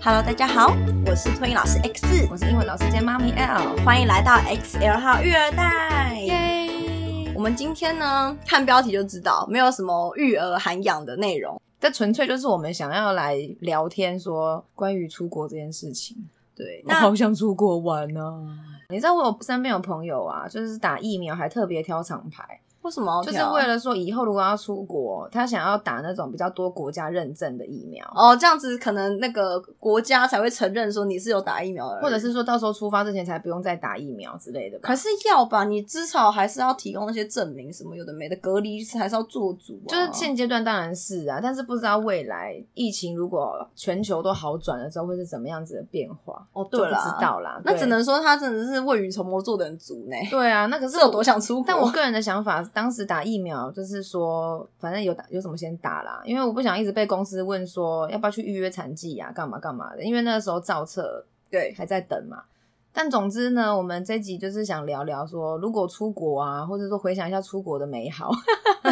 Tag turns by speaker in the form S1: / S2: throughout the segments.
S1: Hello，大家好，我是托英老师 X，
S2: 我是英文老师兼妈咪 L，
S1: 欢迎来到 XL 号育儿袋。
S2: 耶！
S1: 我们今天呢，看标题就知道，没有什么育儿涵养的内容。
S2: 这纯粹就是我们想要来聊天，说关于出国这件事情。
S1: 对，
S2: 我
S1: 那
S2: 好想出国玩啊！你知道我有身边有朋友啊，就是打疫苗还特别挑厂牌，
S1: 为什么要啊
S2: 就是
S1: 挑
S2: 为了说以后如果要出国，他想要打那种比较多国家认证的疫苗，
S1: 哦这样子，可能那个国家才会承认说你是有打疫苗的人，
S2: 或者是说到时候出发之前才不用再打疫苗之类的吧。
S1: 可是要吧，你至少还是要提供那些证明，什么有的没的，隔离还是要做足、啊。
S2: 就是现阶段当然是啊，但是不知道未来疫情如果全球都好转了之后会是怎么样子的变化，
S1: 哦，
S2: 就
S1: 对
S2: 不
S1: 了，
S2: 知道啦。
S1: 那
S2: 对
S1: 只能说他真的是未雨绸缪做的很足呢。
S2: 对啊，那可是
S1: 是有多想出国？
S2: 但我个人的想法，当时打疫苗就是说，反正有打有什么先打啦，因为我不想一直被公司问说要不要去预约产季啊，干嘛干嘛的，因为那个时候造册
S1: 对
S2: 还在等嘛。但总之呢，我们这一集就是想聊聊说，如果出国啊，或者说回想一下出国的美好，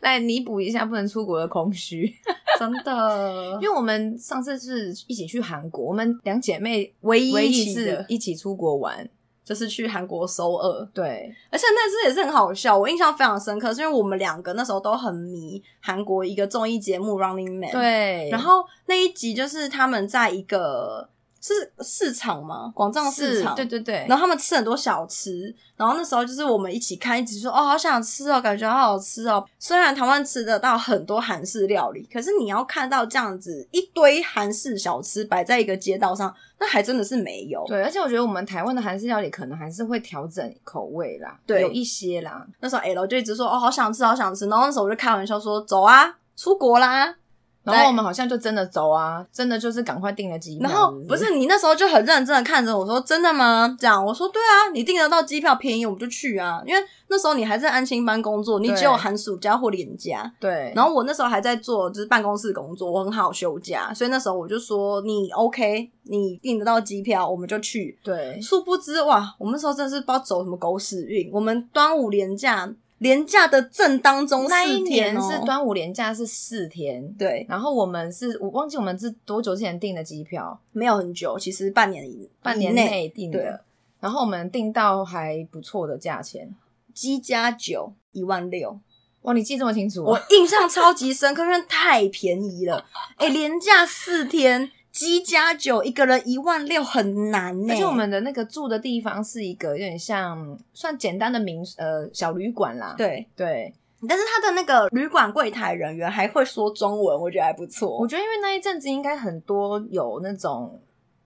S2: 来弥补一下不能出国的空虚。
S1: 真 的
S2: 因为我们上次是一起去韩国，我们两姐妹
S1: 唯一
S2: 唯
S1: 一
S2: 一
S1: 起
S2: 次
S1: 的
S2: 一起出国玩，
S1: 就是去韩国首尔，
S2: 对，
S1: 而且那次也是很好笑，我印象非常深刻，是因为我们两个那时候都很迷韩国一个综艺节目《Running Man》。，
S2: 对，
S1: 然后那一集就是他们在一个是市场吗？广藏市
S2: 是，
S1: 场
S2: 对对对，
S1: 然后他们吃很多小吃，然后那时候就是我们一起看一集说，哦，好想吃哦，感觉好好吃哦。虽然台湾吃得到很多韩式料理，可是你要看到这样子一堆韩式小吃摆在一个街道上，那还真的是没有。
S2: 对，而且我觉得我们台湾的韩式料理可能还是会调整口味啦，
S1: 对
S2: 有一些啦，
S1: 那时候 L 就一直说，哦，好想吃，好想吃。然后那时候我就开玩笑说，走啊，出国啦。
S2: 然
S1: 来
S2: 后我们好像就真的走啊，真的就是赶快订了机票，
S1: 然后不是你那时候就很认真的看着我说，真的吗？这样我说对啊，你订得到机票便宜，我们就去啊。因为那时候你还在安心班工作，你只有
S2: 对
S1: 寒暑假或年假。
S2: 对，
S1: 然后我那时候还在做就是办公室工作，我很好休假，所以那时候我就说你 OK，你订得到机票我们就去。
S2: 对
S1: 殊不知哇，我们那时候真的是不知道走什么狗屎运。我们端午连假连假的正当中
S2: 那一
S1: 四天
S2: 年
S1: 哦
S2: 是端午连假是四天，
S1: 对，
S2: 然后我们是我忘记我们是多久之前订的机票，
S1: 没有很久，其实半年以
S2: 半年
S1: 以内
S2: 内订
S1: 对
S2: 的，然后我们订到还不错的价钱，
S1: 机加酒一万六，
S2: 哇，你记这么清楚、
S1: 我
S2: 啊？
S1: 印象超级深刻，因为太便宜 了。哎、连假四天。机加酒一个人一万六很难呢、
S2: 而且我们的那个住的地方是一个有点像算简单的民呃小旅馆啦，
S1: 对
S2: 对，
S1: 但是他的那个旅馆柜台人员还会说中文，我觉得还不
S2: 我
S1: 错。
S2: 觉得因为那一阵子应该很多有那种，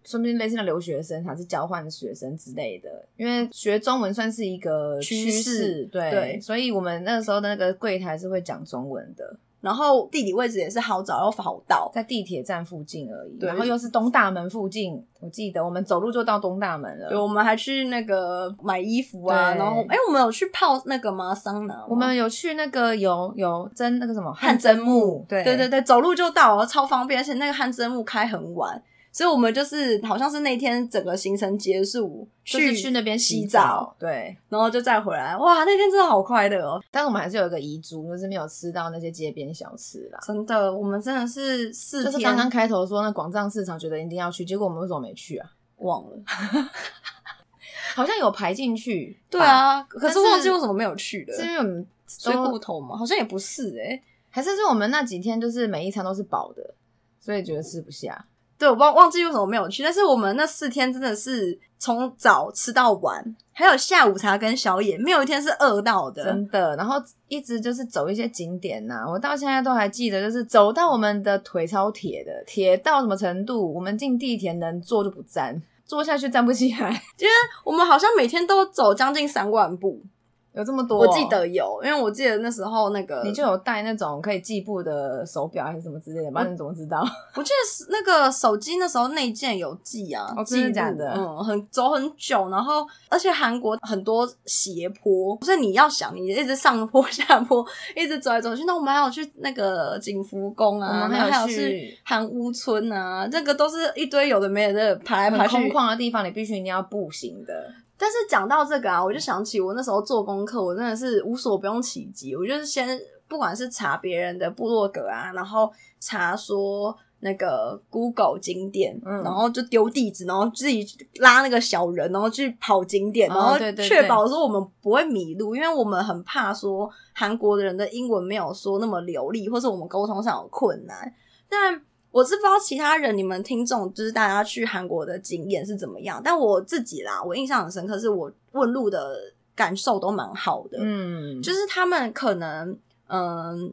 S2: 说不定类似的留学生还是交换学生之类的，因为学中文算是一个
S1: 趋
S2: 趋
S1: 势
S2: 势，对，
S1: 对
S2: 所以我们那个时候的那个柜台是会讲中文的，
S1: 然后地理位置也是好找又好到，
S2: 在地铁站附近而已，
S1: 对
S2: 然后又是东大门附近，我记得我们走路就到东大门
S1: 对，
S2: 了。
S1: 我们还去那个买衣服啊，
S2: 对
S1: 然后哎、诶我们有去泡那个吗？桑拿吗？
S2: 我们有去那个有有蒸那个什么
S1: 汗蒸木，
S2: 对
S1: 对对对，走路就到，然后哦超方便，而且那个汗蒸木开很晚，所以我们就是好像是那天整个行程结束，
S2: 就是去那边
S1: 洗
S2: 洗
S1: 澡，
S2: 对。
S1: 然后就再回来，哇，那天真的好快乐哦！
S2: 但是我们还是有一个遗珠，就是没有吃到那些街边小吃啦。
S1: 真的，我们真的是四
S2: 就是
S1: 天
S2: 刚刚开头说那广藏市场，觉得一定要去，结果我们为什么没去啊？
S1: 忘了，
S2: 好像有排进去，
S1: 对，啊，可
S2: 但
S1: 是
S2: 是
S1: 忘记为什么没有去了，
S2: 是因为我们
S1: 水骨
S2: 都
S1: 头吗？好像也不是哎诶、
S2: 还是是我们那几天就是每一餐都是饱的，所以觉得吃不下。
S1: 对，我忘忘记为什么没有去，但是我们那四天真的是从早吃到晚，还有下午茶跟宵夜，没有一天是饿到的。
S2: 真的，然后一直就是走一些景点呐、我到现在都还记得，就是走到我们的腿超铁的，铁到什么程度？我们进地铁能坐就不站，坐下去站不起来，
S1: 我们好像每天都走将近三万步，
S2: 有这么多、哦
S1: 我记。得有，因为我记得那时候那个，
S2: 你就有带那种可以计步的手表还是什么之类的吧？你怎么知道？
S1: 我记得是那个手机那时候内建有记啊，
S2: 哦
S1: 记
S2: 真的
S1: 录
S2: 假的
S1: 嗯，很走很久，然后而且韩国很多斜坡，所以你要想你一直上坡 下坡，一直走来走去。那我们还有去那个景福宫啊，
S2: 我
S1: 然
S2: 们
S1: 后
S2: 还有
S1: 还有去
S2: 去
S1: 韩屋村啊，这个都是一堆有的没的爬来
S2: 很
S1: 爬
S2: 空
S1: 去。
S2: 旷的地方，你必须一定要步行的。
S1: 但是讲到这个啊，我就想起我那时候做功课，我真的是无所不用其极。我就是先不管是查别人的部落格啊，然后查说那个 Google 景点，
S2: 嗯
S1: 然后就丢地址，然后自己拉那个小人，然后去跑景点，
S2: 哦
S1: 然后
S2: 对对
S1: 确保说我们不会迷路，因为我们很怕说韩国的人的英文没有说那么流利，或是我们沟通上有困难。但我是不知道其他人，你们听众就是大家去韩国的经验是怎么样，但我自己啦，我印象很深刻，是我问路的感受都蛮好的，
S2: 嗯，
S1: 就是他们可能，嗯，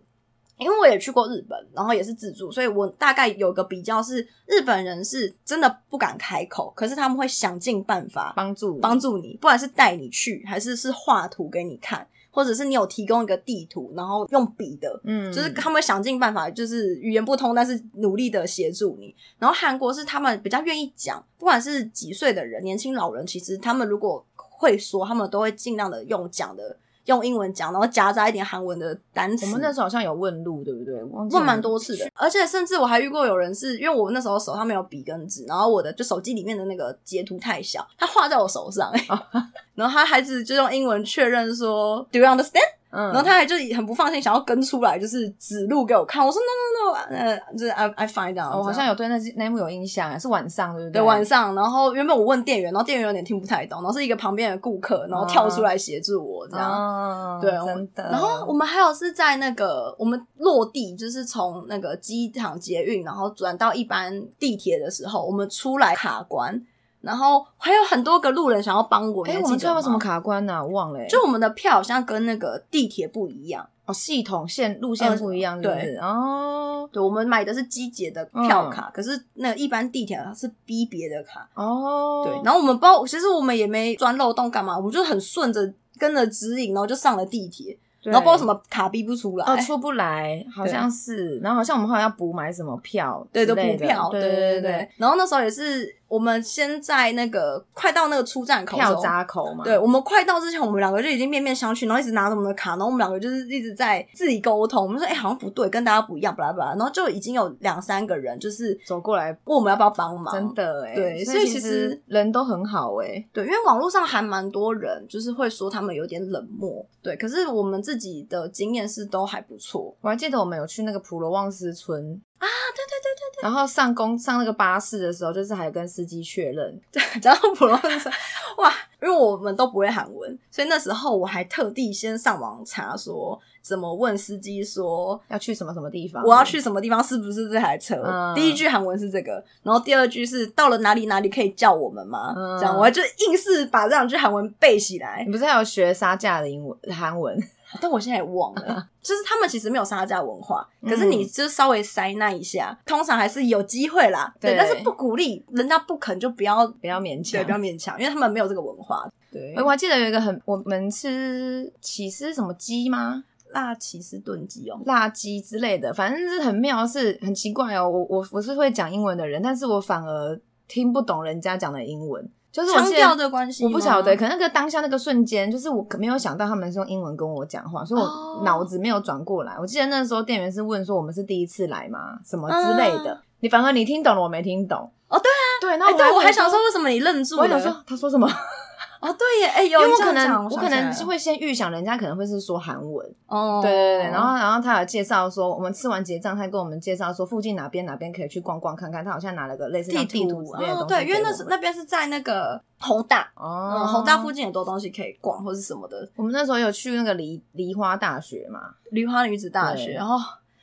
S1: 因为我也去过日本，然后也是自助，所以我大概有个比较是，日本人是真的不敢开口，可是他们会想尽办法
S2: 帮助
S1: 帮助你，不管是带你去，还是是画图给你看，或者是你有提供一个地图，然后用笔的，
S2: 嗯，
S1: 就是他们会想尽办法，就是语言不通，但是努力的协助你。然后韩国是他们比较愿意讲，不管是几岁的人，年轻老人，其实他们如果会说，他们都会尽量的用讲的，用英文讲，然后夹杂一点韩文的单词。
S2: 我们那时候好像有问路，对不对？忘记
S1: 问
S2: 了
S1: 蛮多次的，而且甚至我还遇过有人是因为我那时候手上没有笔跟纸，然后我的就手机里面的那个截图太小，他画在我手上、欸
S2: 哦
S1: 然后他还是就用英文确认说 Do you understand？
S2: 嗯，
S1: 然后他还就很不放心，想要跟出来，就是指路给我看。我说 no no no，呃，就是 I I find out、
S2: 哦我好像有对那那一幕有印象，啊是晚上对不
S1: 对
S2: 对？
S1: 晚上，然后原本我问店员，然后店员有点听不太懂，然后是一个旁边的顾客，然后跳
S2: 哦
S1: 出来协助我这样。
S2: 啊，
S1: 对我
S2: 真的。
S1: 然后哦我们还有是在那个我们落地，就是从那个机场捷运，然后转到一般地铁的时候，我们出来卡关，然后还有很多个路人想要帮我。
S2: 哎、
S1: 哎，
S2: 我们最后
S1: 什
S2: 什么？卡关呢、我忘了、欸，
S1: 就我们的票好像跟那个地铁不一样。
S2: 哦系统线路线
S1: 嗯
S2: 不一样，是不是？哦
S1: 对，我们买的是机捷的
S2: 嗯
S1: 票卡，可是那个一般地铁它是逼别的卡。
S2: 哦，
S1: 对，然后我们包，其实我们也没钻漏洞干嘛，我们就很顺着跟着指引，然后就上了地铁，
S2: 对
S1: 然后不知道什么哎卡逼不出来。
S2: 哦出不来，好像是，然后好像我们好像要补买什么票
S1: 对，
S2: 之类
S1: 都
S2: 的，
S1: 补票，
S2: 对
S1: 对
S2: 对
S1: 对。然后那时候也是，我们先在那个快到那个出站口的时候
S2: 票闸口嘛，
S1: 对，我们快到之前，我们两个就已经面面相觑，然后一直拿着我们的卡，然后我们两个就是一直在自己沟通。我们说，哎、好像不对，跟大家不一样，巴拉巴拉。然后就已经有两三个人就是
S2: 走过来
S1: 问我们要不要帮忙，
S2: 真的哎、
S1: 对
S2: 所
S1: 所以
S2: 其
S1: 其
S2: 实
S1: 实
S2: 人都很好哎、
S1: 对，因为网络上还蛮多人，就是会说他们有点冷漠。对，可是我们自己的经验是都还不错。
S2: 我还记得我们有去那个普罗旺斯村啊，对对对对对，然后上公上那个巴士的时候，就是还跟司机确认，
S1: 讲到普罗旺斯，哇，因为我们都不会韩文，所以那时候我还特地先上网查说怎么问司机说
S2: 要去什么什么地方，
S1: 我要去什么地方，是不是这台车？
S2: 嗯
S1: 第一句韩文是这个，然后第二句是到了哪里哪里可以叫我们吗？
S2: 嗯
S1: 这样我还就硬是把这两句韩文背起来
S2: 你，不是还有学杀价的英文韩文？
S1: 但我现在也忘
S2: 嗯
S1: 了， 就是他们其实没有杀价文化，可是你就稍微塞那一下，通常还是有机会啦。对，
S2: 对
S1: 但是不鼓励人家不肯就不要
S2: 不要勉
S1: 对
S2: 强哎
S1: 不。要勉强，因为他们没有这个文化。对
S2: 我还记得有一个很，我们吃起司什么鸡吗？
S1: 辣起司炖鸡哦，
S2: 辣鸡之类的，反正是很妙，是很奇怪哦。我我我是会讲英文的人，但是我反而听不懂人家讲的英文，就是我
S1: 腔
S2: 现
S1: 调
S2: 在
S1: 的关系
S2: 我
S1: 吗，哎
S2: 不晓得，可能那个当下那个瞬间，就是我可没有想到他们是用英文跟我讲话，所以
S1: 哦
S2: 我脑子没有转过来。我记得那时候店员是问说我们是第一次来吗？什么之类的，你反而你听懂了，我没听懂。
S1: 嗯哦对
S2: 啊，对，那
S1: 哎，对我还
S2: 会
S1: 想说，为什么你愣住了？
S2: 我还想说他说什么？
S1: 哦，对耶，哎，有
S2: 因为我
S1: 你这
S2: 可
S1: 样
S2: 能
S1: 讲
S2: 我
S1: 想
S2: 可
S1: 起来
S2: 能
S1: 了
S2: 是会先预想人家可能会是说韩文，
S1: 哦，
S2: 对对对，然后然后他有介绍说，我们吃完结账，他跟我们介绍说附近哪边哪边可以去逛逛看看，他好像拿了个类似像地图之类的
S1: 哦
S2: 东西，
S1: 对，因为
S2: 给
S1: 那
S2: 我
S1: 是
S2: 们
S1: 那边是在那个宏大，
S2: 哦
S1: 嗯，宏大附近有多东西可以逛或是什么的，
S2: 我们那时候有去那个梨梨花大学嘛，
S1: 梨花女子大学，
S2: 对
S1: 然后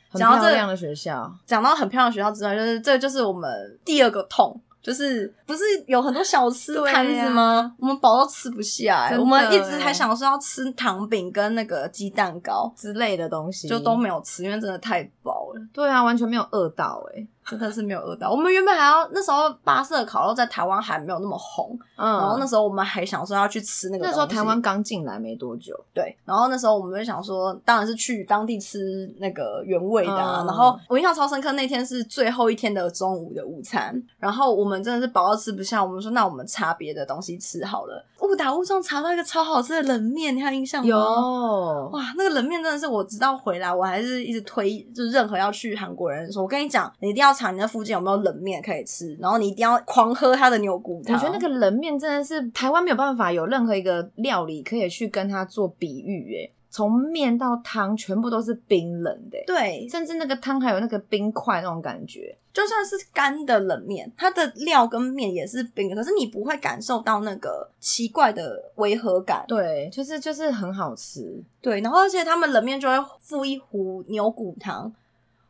S2: 很
S1: 讲到这
S2: 漂亮的学校，
S1: 讲到很漂亮的学校之外，就是这就是我们第二个痛，就是不是有很多小吃
S2: 对啊
S1: 摊子吗？我们饱到吃不下、
S2: 真
S1: 欸，
S2: 的
S1: 我们一直
S2: 欸
S1: 还想说要吃糖饼跟那个鸡蛋糕，
S2: 之类的东西，
S1: 就都没有吃，因为真的太饱了，
S2: 对啊，完全没有饿到哎、
S1: 真的是没有饿到。我们原本还要那时候巴色烤肉在台湾还没有那么红，
S2: 嗯，
S1: 然后那时候我们还想说要去吃那个
S2: 那时候
S1: 东西
S2: 台湾刚进来没多久，
S1: 对，然后那时候我们就想说，当然是去当地吃那个原味的、啊。
S2: 嗯
S1: 然后我印象超深刻，那天是最后一天的中午的午餐，然后我们真的是饱到吃不下，我们说那我们查别的东西吃好了。误打误撞查到一个超好吃的冷面，你还有印象吗？
S2: 有哦
S1: 哇，那个冷面真的是我直到回来，我还是一直推，就是任何要去韩国人说，我跟你讲，你一定要查你那附近有没有冷面可以吃，然后你一定要狂喝它的牛骨
S2: 我
S1: 汤。
S2: 觉得那个冷面真的是台湾没有办法有任何一个料理可以去跟它做比喻、欸，从面到汤全部都是冰冷的、欸
S1: 对，
S2: 甚至那个汤还有那个冰块那种感觉。
S1: 就算是干的冷面，它的料跟面也是冰的，可是你不会感受到那个奇怪的违和感。
S2: 对，就是就是很好吃，
S1: 对，然后而且他们冷面就会附一壶牛骨汤，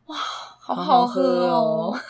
S1: 哇，好
S2: 好
S1: 喝
S2: 喝
S1: 哦。
S2: 哦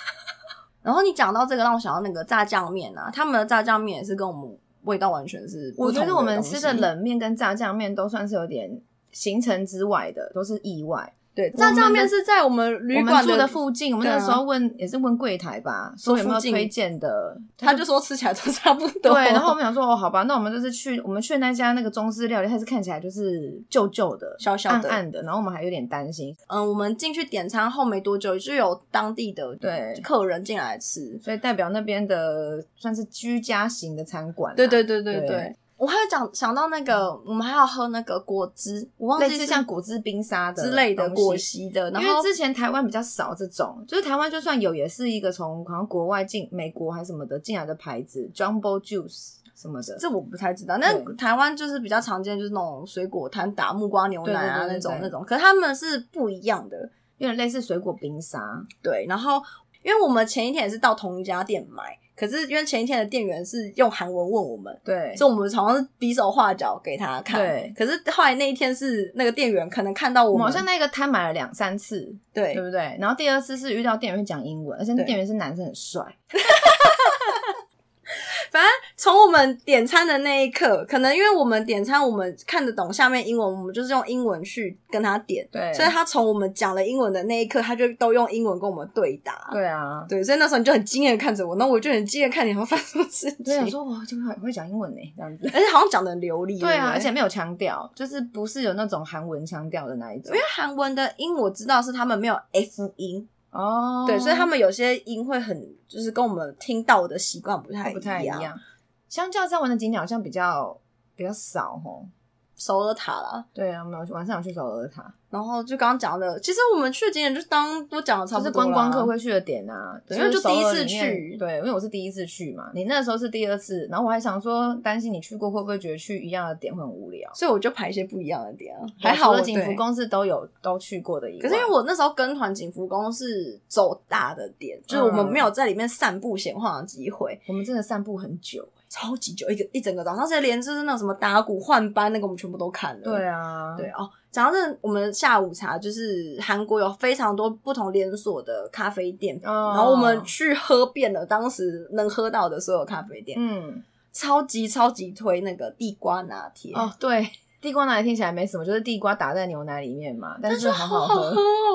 S1: 然后你讲到这个，让我想到那个炸酱面啊，他们的炸酱面也是跟我们味道完全是不
S2: 我觉
S1: 同
S2: 得
S1: 的
S2: 我们
S1: 东
S2: 吃
S1: 西
S2: 的，冷面跟炸酱面都算是有点行程之外的，都是意外。
S1: 对，
S2: 我
S1: 炸
S2: 们
S1: 酱面
S2: 的
S1: 是在我们
S2: 我
S1: 旅
S2: 们
S1: 馆
S2: 住的附近，我们
S1: 对啊
S2: 那时候问、也是问柜台吧，说有没有
S1: 附近
S2: 推荐的，
S1: 他就说吃起来都差不多。
S2: 对，然后我们想说哦，好吧，那我们就是去我们去那家那个中式料理，它是看起来就是旧旧的、
S1: 小小的
S2: 暗暗的，然后我们还有点担心，
S1: 嗯，我们进去点餐后没多久，就有当地的
S2: 对
S1: 客人进来吃。
S2: 所以代表那边的算是居家型的餐馆啊、
S1: 对对对对对，
S2: 对
S1: 我还有讲想到那个，我们还要喝那个果汁，我忘
S2: 类
S1: 记
S2: 似
S1: 是
S2: 像果汁冰沙的
S1: 之类的
S2: 东西
S1: 果昔的，然
S2: 因为
S1: 后
S2: 之前台湾比较少这种，就是台湾就算有，也是一个从好像国外进美国还是什么的进来的牌子，Jumbo Juice 什么的。
S1: 这我不太知道，但
S2: 对
S1: 台湾就是比较常见，就是那种水果摊打木瓜牛奶啊
S2: 对对对对
S1: 那种
S2: 对
S1: 那种，可是他们是不一样的，
S2: 有点类似水果冰沙，
S1: 对。然后因为我们前一天也是到同一家店买，可是因为前一天的店员是用韩文问我们，
S2: 对
S1: 所以我们好像是比手画脚给他看。
S2: 对
S1: 可是后来那一天是那个店员可能看到我
S2: 我
S1: 们，
S2: 们好像那个摊买了两三次，
S1: 对
S2: 对不对？然后第二次是遇到店员会讲英文，而且那
S1: 对
S2: 店员是男生，很帅。
S1: 反正从我们点餐的那一刻，可能因为我们点餐，我们看得懂下面英文，我们就是用英文去跟他点，
S2: 对
S1: 所以他从我们讲了英文的那一刻，他就都用英文跟我们对答。
S2: 对啊，
S1: 对，所以那时候你就很惊艳地看着我，那我就很惊艳地看你，好像发生什么事
S2: 对啊，
S1: 情，
S2: 说哇，这个会讲英文呢，这样子。
S1: 而且好像讲的流利。
S2: 对啊，
S1: 不
S2: 而且没有腔调，就是不是有那种韩文腔调的那一种
S1: 因为。韩文的音我知道是他们没有 F 音，
S2: 哦，
S1: 对，所以他们有些音会很就是跟我们听到的习惯不太
S2: 不太一样。相较在玩的景点好像比较比较少吼。
S1: 首尔塔啦，
S2: 对啊，我们有去晚上有去首尔塔，
S1: 然后就刚刚讲的，其实我们去的景点就当都讲的差
S2: 就
S1: 不
S2: 是
S1: 多啦
S2: 观光客会去的点啊。
S1: 对
S2: 是
S1: 因为就第一
S2: 首尔
S1: 次
S2: 里面
S1: 去
S2: 对，因为我是第一次去嘛，你那时候是第二次，然后我还想说担心你去过会不会觉得去一样的点会很无聊。
S1: 所以我就排一些不一样的点啊。 还好
S2: 除
S1: 我
S2: 了景福
S1: 对，
S2: 宫是都有都去过的以
S1: 可
S2: 外，
S1: 是因为我那时候跟团景福宫是走大的点，就是我们
S2: 嗯
S1: 没有在里面散步闲晃的机会，
S2: 我们真的散步很久。
S1: 超级久，一个一整个早上，而且连就是那种什么打鼓换班那个，我们全部都看了。
S2: 对啊，
S1: 对哦，讲到这，我们下午茶就是韩国有非常多不同连锁的咖啡店，
S2: 哦
S1: 然后我们去喝遍了当时能喝到的所有咖啡店，
S2: 嗯
S1: 超级超级推那个地瓜拿铁，
S2: 哦对，地瓜奶听起来没什么，就是地瓜打在牛奶里面嘛，但
S1: 但
S2: 是
S1: 是
S2: 好
S1: 好
S2: 喝。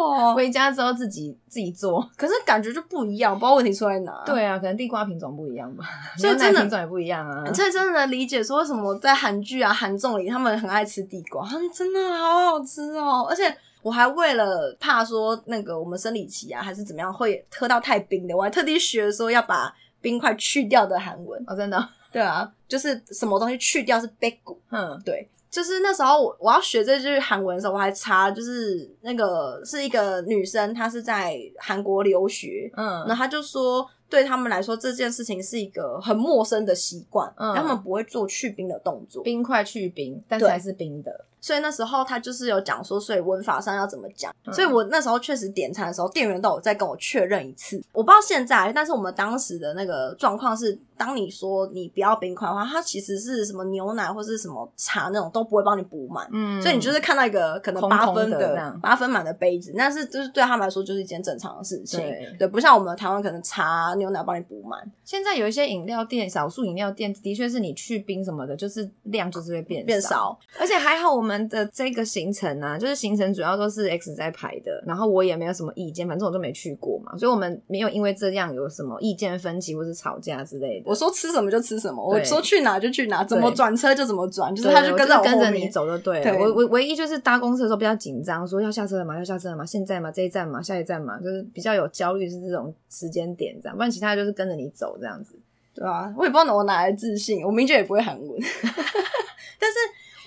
S1: 哦，
S2: 回家之后自己自己做，
S1: 可是感觉就不一样，不知道问题出在哪。。
S2: 对啊，可能地瓜品种不一样吧，
S1: 所以
S2: 牛奶
S1: 真的
S2: 品种也不一样啊。
S1: 所以真的能理解说为什么在韩剧啊、韩综里他们很爱吃地瓜，他们真的好好吃哦。而且我还为了怕说那个我们生理期啊还是怎么样会喝到太冰的，我还特地学说要把冰块去掉的韩文。
S2: 哦，真的哦，
S1: 对啊，就是什么东西去掉是 b e g
S2: 嗯，
S1: 对，就是那时候我我要学这句韩文的时候，我还查就是那个是一个女生，她是在韩国留学，然后
S2: 嗯，
S1: 他就说，对他们来说这件事情是一个很陌生的习惯，
S2: 嗯
S1: 他们不会做去冰的动作，
S2: 冰块去冰，但是
S1: 对
S2: 还是冰的。
S1: 所以那时候他就是有讲说，所以文法上要怎么讲。
S2: 嗯
S1: 所以我那时候确实点餐的时候，店员都有再跟我确认一次。我不知道现在，但是我们当时的那个状况是，当你说你不要冰块的话，它其实是什么牛奶或是什么茶那种都不会帮你补满。
S2: 嗯
S1: 所以你就是看到一个可能
S2: 空
S1: 八
S2: 空
S1: 分
S2: 的这
S1: 的
S2: 样
S1: 八分满的杯子，但是就是对他们来说就是一件正常的事情，
S2: 对
S1: 对，不像我们台湾可能茶牛奶帮你补满，
S2: 现在有一些饮料店，少数饮料店的确是你去冰什么的，就是量就是会变
S1: 变
S2: 少。
S1: 少。
S2: 而且还好，我们的这个行程啊，就是行程主要都是 X 在排的，然后我也没有什么意见，反正我就没去过嘛，所以我们没有因为这样有什么意见分歧或是吵架之类的
S1: 我。说吃什么就吃什么，我
S2: 对
S1: 说去哪就去哪，怎么转车就怎么转，就是
S2: 对
S1: 他
S2: 我
S1: 跟在我
S2: 跟
S1: 后
S2: 着你
S1: 面。
S2: 走就对了。
S1: 对
S2: 我我唯一就是搭公车的时候比较紧张，说要下车了吗？要下车了吗？现在吗？这一站吗？下一站吗？就是比较有焦虑是这种时间点这样，不然其他就是跟着你走这样子。
S1: 对啊，我也不知道 我哪来自信，我明确也不会韩文，但是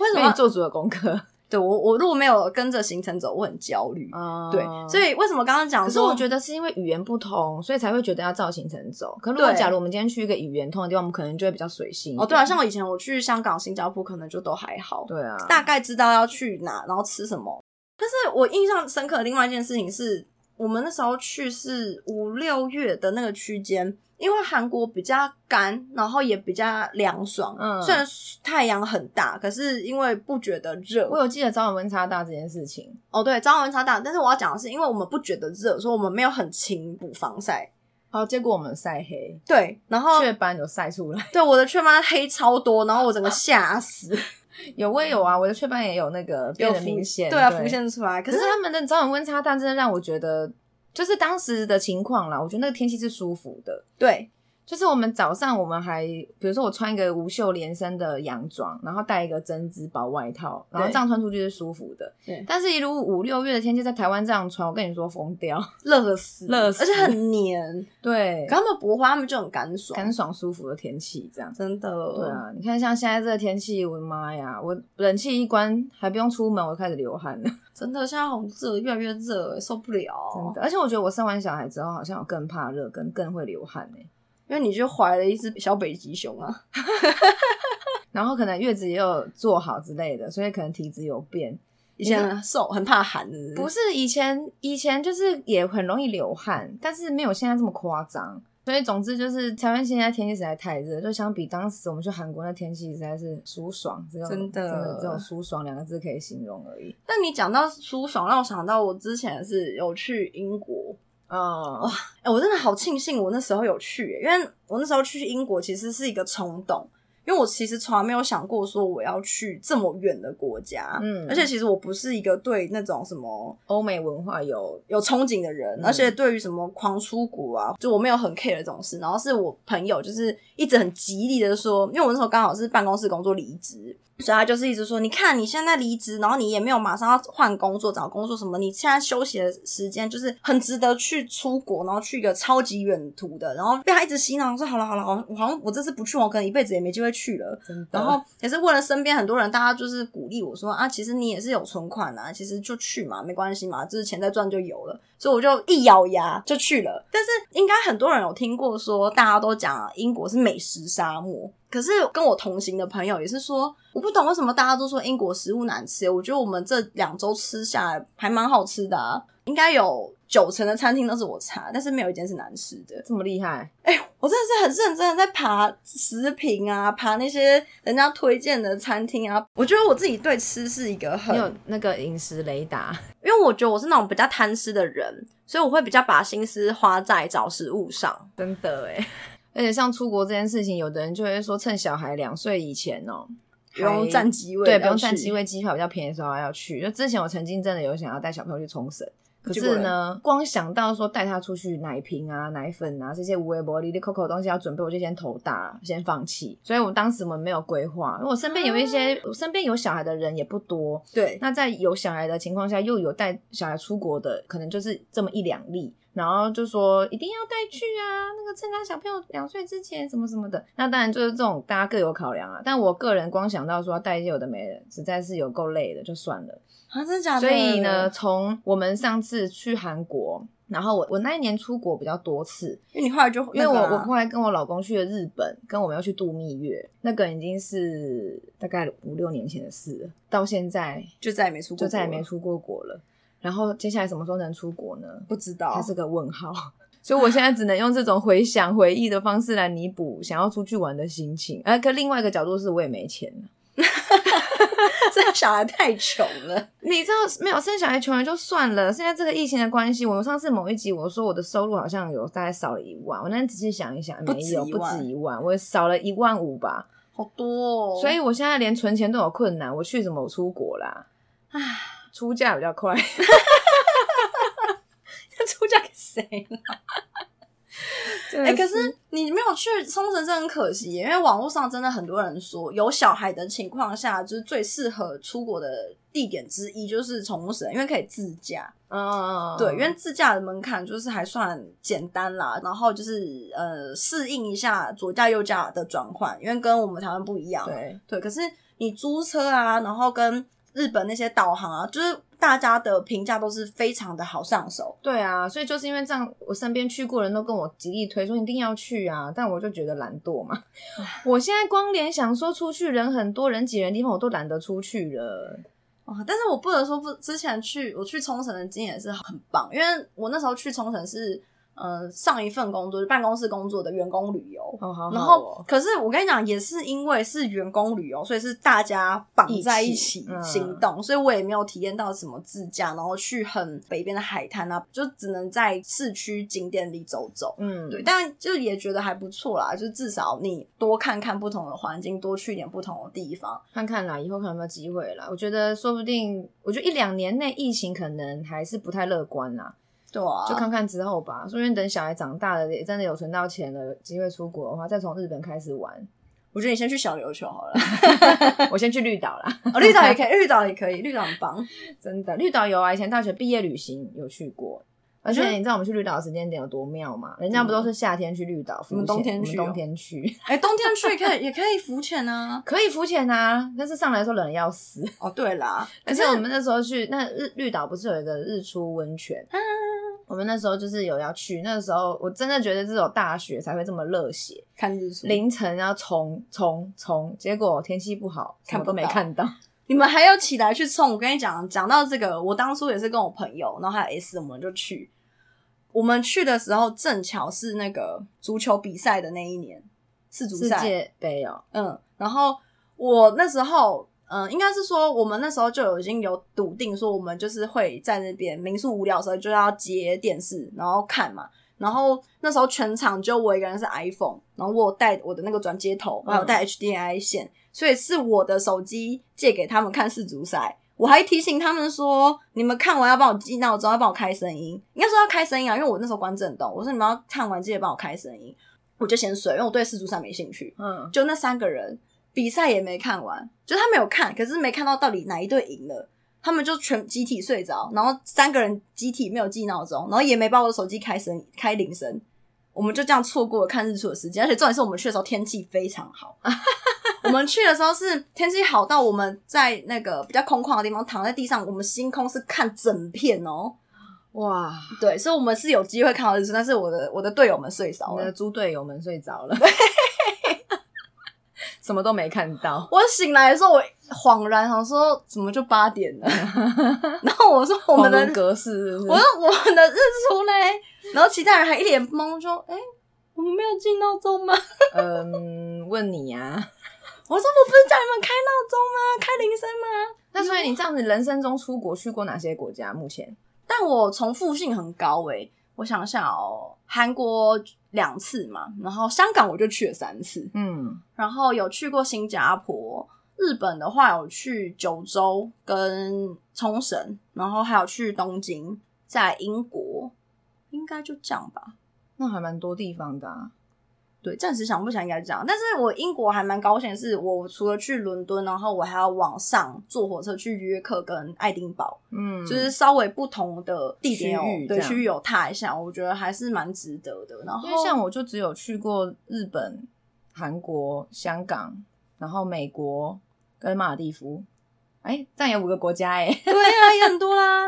S1: 为什
S2: 因为你
S1: 么？
S2: 做足了功课，
S1: 对我，我如果没有跟着行程走，我很焦虑。
S2: 啊
S1: 对，所以为什么刚刚讲？
S2: 可是我觉
S1: 得，
S2: 得是因为语言不同，所以才会觉得要照行程走。可如果
S1: 对
S2: 假如我们今天去一个语言通的地方，我们可能就会比较随性一点。
S1: 哦，对啊，像我以前我去香港、新加坡，可能就都还好，
S2: 对啊，
S1: 大概知道要去哪，然后吃什么。但是我印象深刻的另外一件事情是，我们那时候去是五六月的那个区间，因为韩国比较干，然后也比较凉爽。
S2: 嗯
S1: 虽然太阳很大，可是因为不觉得热。
S2: 我有记得早晚温差大这件事情。
S1: 哦，对，早晚温差大，但是我要讲的是，因为我们不觉得热，所以我们没有很勤补防晒。
S2: 好，结果我们晒黑，
S1: 对，然后
S2: 哦雀斑有晒出来，
S1: 对我的雀斑黑超多，然后我整个吓死，
S2: 有我也有啊，我的雀斑也有那个变
S1: 有
S2: 得
S1: 浮
S2: 明显。
S1: 对啊，浮。现出来。可
S2: 可
S1: 是
S2: 是他们的早晚温差大，真的让我觉得，就是当时的情况啦，我觉得那个天气是舒服的。
S1: 对，
S2: 就是我们早上我们还，比如说我穿一个无袖连身的洋装，然后带一个针织薄外套，然后
S1: 对
S2: 这样穿出去是舒服的
S1: 对。
S2: 但是，一如五六月的天气，在台湾这样穿，我跟你说疯掉。
S1: 热死，
S2: 热死
S1: 而且很黏。
S2: 对
S1: 可，他们不会，他们就很干爽，哦
S2: 干爽舒服的天气这样。
S1: 真的。
S2: 对，啊，你看像现在这个天气，我的妈呀！我冷气一关，还不用出门，我就开始流汗了，
S1: 真的现在好热，越来越热，欸受不了。
S2: 真 的。而且我觉得我生完小孩之后，好像我更怕热，跟更会流汗哎、
S1: 因为你就怀了一只小北极熊啊。
S2: 然后可能月子也有做好之类的，所以可能体质有变。
S1: 以前很瘦，很怕寒，是
S2: 嗯不
S1: 是？
S2: 是以前，以前就是也很容易流汗，但是没有现在这么夸张。所以总之就是台湾现在天气实在太热，就相比当时我们去韩国那天气实在是舒爽，只有
S1: 真的
S2: 只有舒爽两个字可以形容而已。
S1: 但你讲到舒爽，让我想到我之前是有去英国，
S2: 哦，哇，
S1: 哎、我真的好庆幸我那时候有去、欸因为我那时候去英国其实是一个冲动，因为我其实从来没有想过说我要去这么远的国家，
S2: 嗯
S1: 而且其实我不是一个对那种什么
S2: 欧美文化有
S1: 有憧憬的人，
S2: 嗯
S1: 而且对于什么狂出国啊，就我没有很 care 这种事。然后是我朋友就是一直很极力的说，因为我那时候刚好是办公室工作离职，所以他就是一直说，你看你现在离职，然后你也没有马上要换工作找工作什么，你现在休息的时间就是很值得去出国，然后去一个超级远途的。然后被他一直洗脑说，好了好了，好了，我好像我这次不去，我可能一辈子也没机会去了。
S2: 真的，
S1: 然后也是为了身边很多人，大家就是鼓励我说啊，其实你也是有存款啊，其实就去嘛，没关系嘛，就是钱再赚就有了。所以我就一咬牙就去了。但是应该很多人有听过说，大家都讲英国是美食沙漠，可是跟我同行的朋友也是说，我不懂为什么大家都说英国食物难吃，我觉得我们这两周吃下来还蛮好吃的啊，应该有九成的餐厅都是我查，但是没有一间是难吃的。
S2: 这么厉害，
S1: 我真的是很认真的在爬食品啊，爬那些人家推荐的餐厅啊。我觉得我自己对吃是一个很
S2: 你，有那个饮食雷达，
S1: 因为我觉得我是那种比较贪吃的人，所以我会比较把心思花在找食物上。
S2: 真的
S1: 欸
S2: 哎。而且像出国这件事情，有的人就会说趁小孩两岁以前哦、
S1: 不用
S2: 还
S1: 占机位，
S2: 对，
S1: 不
S2: 不
S1: 要
S2: 用占
S1: 去
S2: 机。位，机票比较便宜的时候要去。就之前我曾经真的有想要带小朋友去冲绳，可
S1: 结果
S2: 是呢，光想到说带他出去奶瓶啊、奶粉啊这些无微博、里里扣扣的东西要准备，我就先头大，先放弃。所以我们当时我们没有规划，因为我身边有一些、
S1: 啊
S2: 我身边有小孩的人也不多。
S1: 对，
S2: 那在有小孩的情况下，又有带小孩出国的，可能就是这么一两例。然后就说一定要带去啊，那个趁他小朋友两岁之前什么什么的。那当然就是这种大家各有考量啊。但我个人光想到说要带一些有的没的，实在是有够累的，就算了。
S1: 啊，真的假的？
S2: 所以呢，，从我们上次去韩国，然后我我那一年出国比较多次，
S1: 因为你后来就啊
S2: 因为我我
S1: 我
S2: 后来跟我老公去了日本，跟我们又去度蜜月，那个已经是大概五六年前的事了，到现在
S1: 就再也没出过，
S2: 就再也没，出过国了。然后接下来什么时候能出国呢？
S1: 不知道
S2: 它。是个问号。 所以我现在只能用这种回想、回忆的方式来弥补想要出去玩的心情。呃，可另外一个角度是我也没钱了。
S1: 这小孩太穷了，
S2: 你知道没有生小孩穷人就算了，现在这个疫情的关系，我们上次某一集我说我的收入好像有大概少了一万，我那天仔细想一想，
S1: 不
S2: 没
S1: 止
S2: 有
S1: 一
S2: 不
S1: 万
S2: 止一万，我少了一万五吧。
S1: 好多哦。
S2: 所以我现在连存钱都有困难，我去什么我出国啦？
S1: 唉，
S2: 出嫁比 较快。
S1: 出嫁给谁？
S2: 真的
S1: 哎、可是你没有去冲绳，真的很可惜耶，因为网络上真的很多人说，有小孩的情况下，就是最适合出国的地点之一就是冲绳，因为可以自驾。
S2: 嗯，
S1: 对，因为自驾的门槛就是还算简单啦，然后就是呃适应一下左驾右驾的转换，因为跟我们台湾不一样。
S2: 对
S1: 对，可是你租车啊，然后跟日本那些导航啊，就是大家的评价都是非常的好上手。
S2: 对啊，所以就是因为这样，我身边去过的人都跟我极力推说一定要去啊，但我就觉得懒惰嘛。我现在光联想说出去人很多人挤人的地方，我都懒得出去了。
S1: 哇！哦但是我不能说不，之前去我去冲绳的经验也是很棒，因为我那时候去冲绳是呃上一份工作，就办公室工作的员工旅游。
S2: 哦，好好、哦，
S1: 然后，可是我跟你讲，也是因为是员工旅游，所以是大家绑在一
S2: 一
S1: 起
S2: 起嗯
S1: 行动，所以我也没有体验到什么自驾，然后去很北边的海滩啊，就只能在市区景点里走走。
S2: 嗯，
S1: 对，但就也觉得还不错啦，就至少你多看看不同的环境，多去一点不同的地方。
S2: 看看啦，以后看有没有机会啦。我觉得说不定，我觉得一两年内疫情可能还是不太乐观啦，
S1: 对啊，
S2: 就看看之后吧。说不定等小孩长大了，也真的有存到钱了，有机会出国的话，再从日本开 始玩。
S1: 我觉得你先去小琉球好了，
S2: 我先去绿岛啦，
S1: 哦，绿岛也可以，绿岛也可以，绿岛很棒。
S2: 真的，绿岛有啊，以前大学毕业旅行有去过。而且
S1: 我觉得
S2: 你知道我们去绿岛的时间点有多妙吗？人家不都是夏天去绿岛浮
S1: 我们
S2: 潜，
S1: 冬天去
S2: 我
S1: 哦
S2: 们冬天去
S1: 哎、冬天去可以，也 可以浮潜啊。
S2: 可以浮潜啊，但是上来的时候冷得要死。
S1: 哦，对啦，
S2: 而且我们那时候去那日绿岛不是有一个日出温泉？
S1: 啊
S2: 我们那时候就是有要去，那时候我真的觉得只有大学才会这么热血，
S1: 看日出。
S2: 凌晨要冲冲冲，结果天气不好，什么都没看
S1: 看
S2: 到。
S1: 你们还要起来去冲。我跟你讲，讲到这个，我当初也是跟我朋友，然后还有 S，我们就去。我们去的时候正巧是那个足球比赛的那一年，世足
S2: 世
S1: 赛，
S2: 界杯哦，
S1: 嗯，然后我那时候。嗯，应该是说我们那时候就有已经有笃定说，我们就是会在那边民宿无聊的时候就要接电视，然后看嘛。然后那时候全场只有我一个人是 iPhone，然后我有带我的那个转接头，我还有带 HDMI 线，所以是我的手机借给他们看世足赛。我还提醒他们说，你们看完要帮我记闹钟，要帮我开声音。应该说要开声音啊，因为我那时候关震动，我说你们要看完记得帮我开声音。我就先睡，因为我对世足赛没兴趣。
S2: 嗯，
S1: 就那三个人比赛也没看完，就他没有看，可是没看到到底哪一队赢了，他们就全集体睡着，然后三个人集体没有记闹钟，然后也没把我的手机开声开铃声，我们就这样错过了看日出的时间，而且重点是我们去的时候天气非常好。 我们去的时候是天气好到我们在那个比较空旷的地方躺在地上，我们星空是看整片哦。
S2: 哇，
S1: 对，所以我们是有机会看到日出，但是我的我的队友们睡着
S2: 我
S1: 了
S2: 们的，猪队友们睡着 了，什么都没看到。
S1: 我醒来的时候，我恍然想说，怎么就八点 了？然后我说 我们
S2: 恍如
S1: 的，
S2: 隔世是不是，
S1: 我说我们的日出嘞。然后其他人还一脸懵，说：“哎、我们没有进闹钟吗？”
S2: 嗯，问你啊，
S1: 我说：“我不是叫你们开闹钟吗？开铃声吗
S2: 那所以你这样子人生中出国去过哪些国家？目前？”
S1: 但我重复性很高诶、我想一下哦，韩国两次嘛，然后香港我就去了三次，
S2: 嗯，
S1: 然后有去过新加坡，日本的话有去九州跟冲绳，然后还有去东京，在英国，应该就这样吧。
S2: 那还蛮多地方的、啊。
S1: 对，暂时想不起来应该是这样。但是我英国还蛮高兴的是，我除了去伦敦，然后我还要往上坐火车去约克跟爱丁堡，
S2: 嗯，
S1: 就是稍微不同的地点有
S2: 区域
S1: 对
S2: 这样
S1: 区域有踏一下，我觉得还是蛮值得的。然后
S2: 因 为像我就只有去过日本、韩国、香港，然后美国跟马尔地夫，哎、这样有五个国家哎、
S1: 对啊，也很多啦。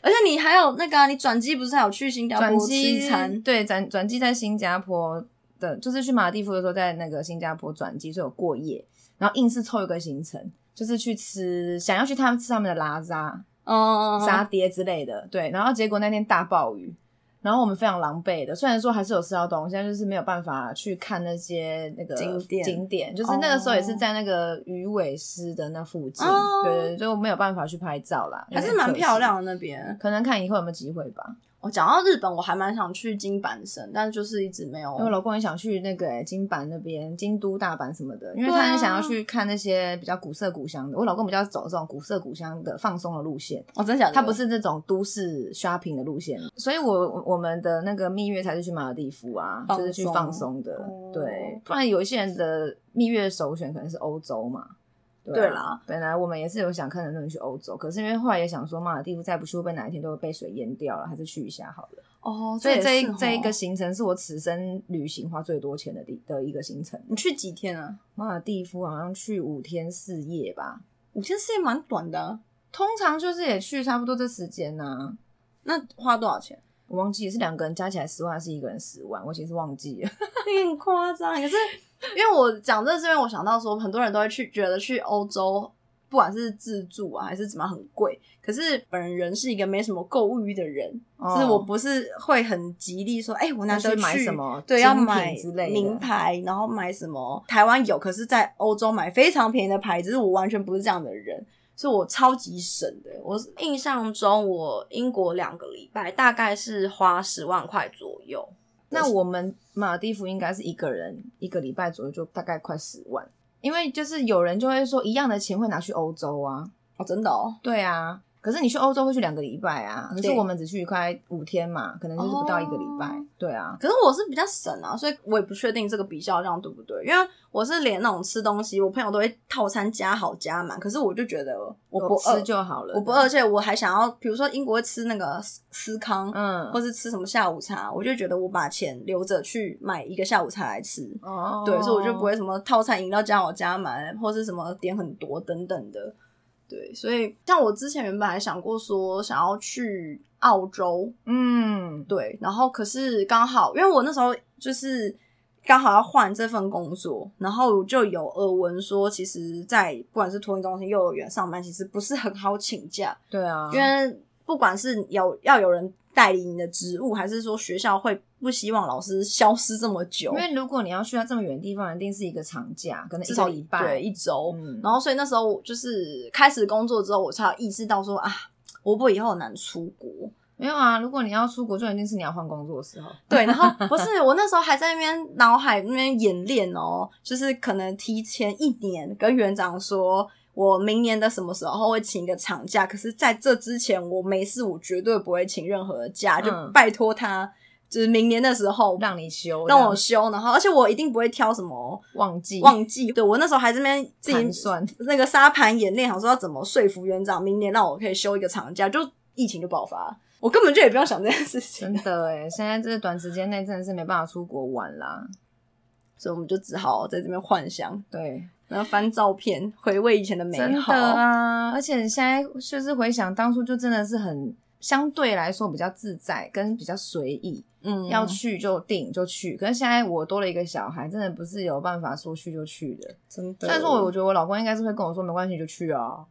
S1: 而且你还有那个啊、你转机不是还有去新加
S2: 转
S1: 坡吃一
S2: 机
S1: 餐？
S2: 对转转机在新加坡的，就是去马尔地夫的时候，在那个新加坡转机，所以有过夜，然后硬是凑一个行程，就是去吃，想要去他们吃他们的拉扎、
S1: 嗯，
S2: 沙爹之类的，哦对，然后结果那天大暴雨。然后我们非常狼狈的，虽然说还是有吃到东西，但就是没有办法去看那些那个
S1: 景点
S2: 景点就是那个时候也是在那个鱼尾狮的那附近，
S1: 哦
S2: 对对对，所以我没有办法去拍照啦，有
S1: 还是
S2: 点
S1: 蛮
S2: 可惜
S1: 漂。亮的那边。
S2: 可能看以后有没有机会吧。
S1: 我讲到日本，我还蛮想去金板神，但是就是一直没有
S2: 因为。我老公也想去那个、欸、金板那边，京都、大阪什么的，因为
S1: 对啊
S2: 他很想要去看那些比较古色古香的。我老公比较走这种古色古香的放松的路线，
S1: 我哦真想
S2: 他不是这种都市 shopping 的路线，所以我我我们的那个蜜月才是去马尔地夫啊，
S1: 放
S2: 就
S1: 松
S2: 是去放松的。
S1: 哦
S2: 对，不然有一些人的蜜月首选可能是欧洲嘛。对,、啊
S1: 对啊啦，
S2: 本来我们也是有想看能不能去欧洲，可是因为后来也想说马尔地夫再不去，会不会哪一天都会被水淹掉了？还是去一下好了。
S1: 哦，
S2: 所以这
S1: 也是
S2: 一
S1: 哦
S2: 这一个行程是我此生旅行花最多钱的地的一个行程。
S1: 你去几天啊？
S2: 马尔地夫好像去五天四夜吧，
S1: 五天四夜蛮短的啊、
S2: 通常就是也去差不多这时间呐、啊。
S1: 那花多少钱？
S2: 我忘记是两个人加起来十万，还是一个人十万？我其实忘记了。
S1: 有点夸张。 可是因为我讲这是因为我想到说，很多人都会去觉得去欧洲，不管是自助啊还是怎么样很贵。可是本人是一个没什么购物欲的人，
S2: 哦
S1: 就是我不是会很极力说，哎、我那时候
S2: 要去买
S1: 去
S2: 什么
S1: 对，要
S2: 精品
S1: 买
S2: 之类的
S1: 名牌，然后买什么台湾有，可是在欧洲买非常便宜的牌子，我完全不是这样的人。所以我超级省的，我印象中我英国两个礼拜大概是花十万块左右，
S2: 那我们马尔蒂夫应该是一个人一个礼拜左右，就大概快十万。因为就是有人就会说，一样的钱会拿去欧洲啊，
S1: 哦，真的哦，
S2: 对啊。可是你去欧洲会去两个礼拜啊，可是
S1: 对
S2: 我们只去快五天嘛，可能就是不到一个礼拜。
S1: 哦
S2: 对啊，
S1: 可是我是比较省啊，所以我也不确定这个比较这样对不对，因为我是连那种吃东西，我朋友都会套餐加好加满，可是我就觉得我不
S2: 有
S1: 饿，
S2: 吃就好了，
S1: 我不饿，而且我还想要，比如说英国会吃那个司司康，
S2: 嗯，
S1: 或是吃什么下午茶，我就觉得我把钱留着去买一个下午茶来吃。
S2: 哦，
S1: 对，所以我就不会什么套餐饮料加好加满，或是什么点很多等等的。对，所以像我之前原本还想过说想要去澳洲，
S2: 嗯，
S1: 对，然后可是刚好，因为我那时候就是刚好要换这份工作，然后我就有耳闻说，其实，在不管是托运中心、幼儿园上班，其实不是很好请假，
S2: 对啊，
S1: 因为不管是有要有人代理你的职务，还是说学校会不希望老师消失这么久，
S2: 因为如果你要去到这么远的地方，一定是一个长假，可能
S1: 至
S2: 一
S1: 少
S2: 个
S1: 一
S2: 礼拜，
S1: 对一周。
S2: 嗯，
S1: 然后，所以那时候我就是开始工作之后，我才有意识到说啊，我不以后很难出国。
S2: 没有啊，如果你要出国，就一定是你要换工作的时候。
S1: 对，然后不是我那时候还在那边脑海那边演练哦，就是可能提前一年跟园长说，我明年的什么时候会请一个长假，可是在这之前我没事，我绝对不会请任何的假，就
S2: 嗯
S1: 拜托他，就是明年的时候
S2: 让你休，
S1: 让我休，然后而且我一定不会挑什么
S2: 忘记
S1: 旺季，对我那时候还这边自
S2: 盘
S1: 己
S2: 算，
S1: 那个沙盘演练，想说要怎么说服园长明年让我可以休一个长假，就疫情就爆发了，我根本就也不用想这件事情
S2: 真。的哎，现在这短时间内真的是没办法出国玩啦。
S1: 所以我们就只好在这边幻想，
S2: 对，
S1: 然后翻照片，回味以前的美
S2: 真的
S1: 好。
S2: 啊，而且现在就是回想当初，就真的是很相对来说比较自在，跟比较随意，
S1: 嗯，
S2: 要去就定就去。可是现在我多了一个小孩，真的不是有办法说去就去的。
S1: 真的。哦
S2: 虽然说我我觉得我老公应该是会跟我说没关系就去啊，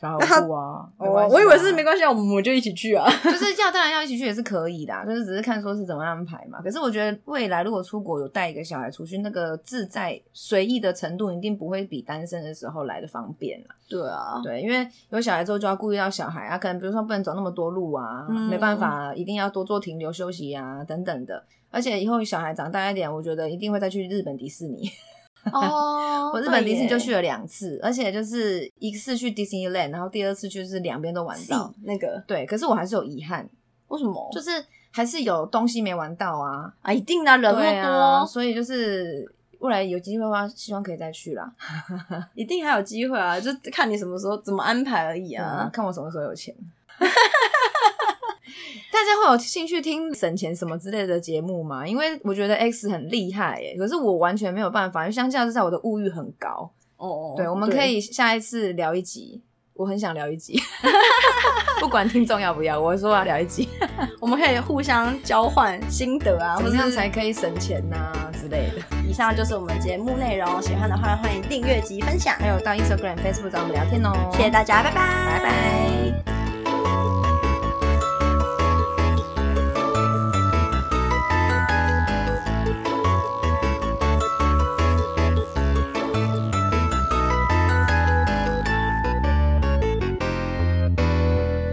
S2: 小孩
S1: 他
S2: 有顾啊，没
S1: 哦
S2: 关，系啊
S1: 我以为是没关系啊，我们就一起去啊。
S2: 就是要当然要一起去也是可以的，啊就是只是看说是怎么安排嘛。可是我觉得未来如果出国有带一个小孩出去，那个自在随意的程度一定不会比单身的时候来的方便啦。
S1: 对啊，
S2: 对，因为有小孩之后就要顾虑到小孩啊，可能比如说不能走那么多路啊，
S1: 嗯
S2: 没办法，一定要多做停留休息啊等等的。而且以后小孩长大一点，我觉得一定会再去日本迪士尼。
S1: 哦
S2: 我日本迪士尼就去了两次，而且就是一次去 Disneyland，然后第二次就是两边都玩到
S1: 到。那个
S2: 对，可是我还是有遗憾，
S1: 为什么？
S2: 就是还是有东西没玩到啊，
S1: 啊，一定的啊，人
S2: 对
S1: 那
S2: 啊，
S1: 么
S2: 所以就是未来有机会的话，希望可以再去啦。
S1: 多，一定还有机会啊，就看你什么时候怎么安排而已
S2: 啊，
S1: 啊。
S2: 看我什么时候有钱。 大家会有兴趣听省钱什么之类的节目吗？因为我觉得 X 很厉害耶，可是我完全没有办法，因为相较之下我的物欲很高。
S1: 哦，
S2: 对，我们可以下一次聊一集，我很想聊 一集，不管听众要不要，我说我要聊一集，
S1: 对，我们可以互相交换心得啊，
S2: 怎
S1: 或
S2: 么
S1: 者
S2: 样才可以省钱呐、之类的。
S1: 以上就是我们节目内容，喜欢的话欢迎订阅及分享，
S2: 还有到 Instagram、Facebook 找我们聊天哦。
S1: 谢谢大家，拜拜，
S2: 拜拜。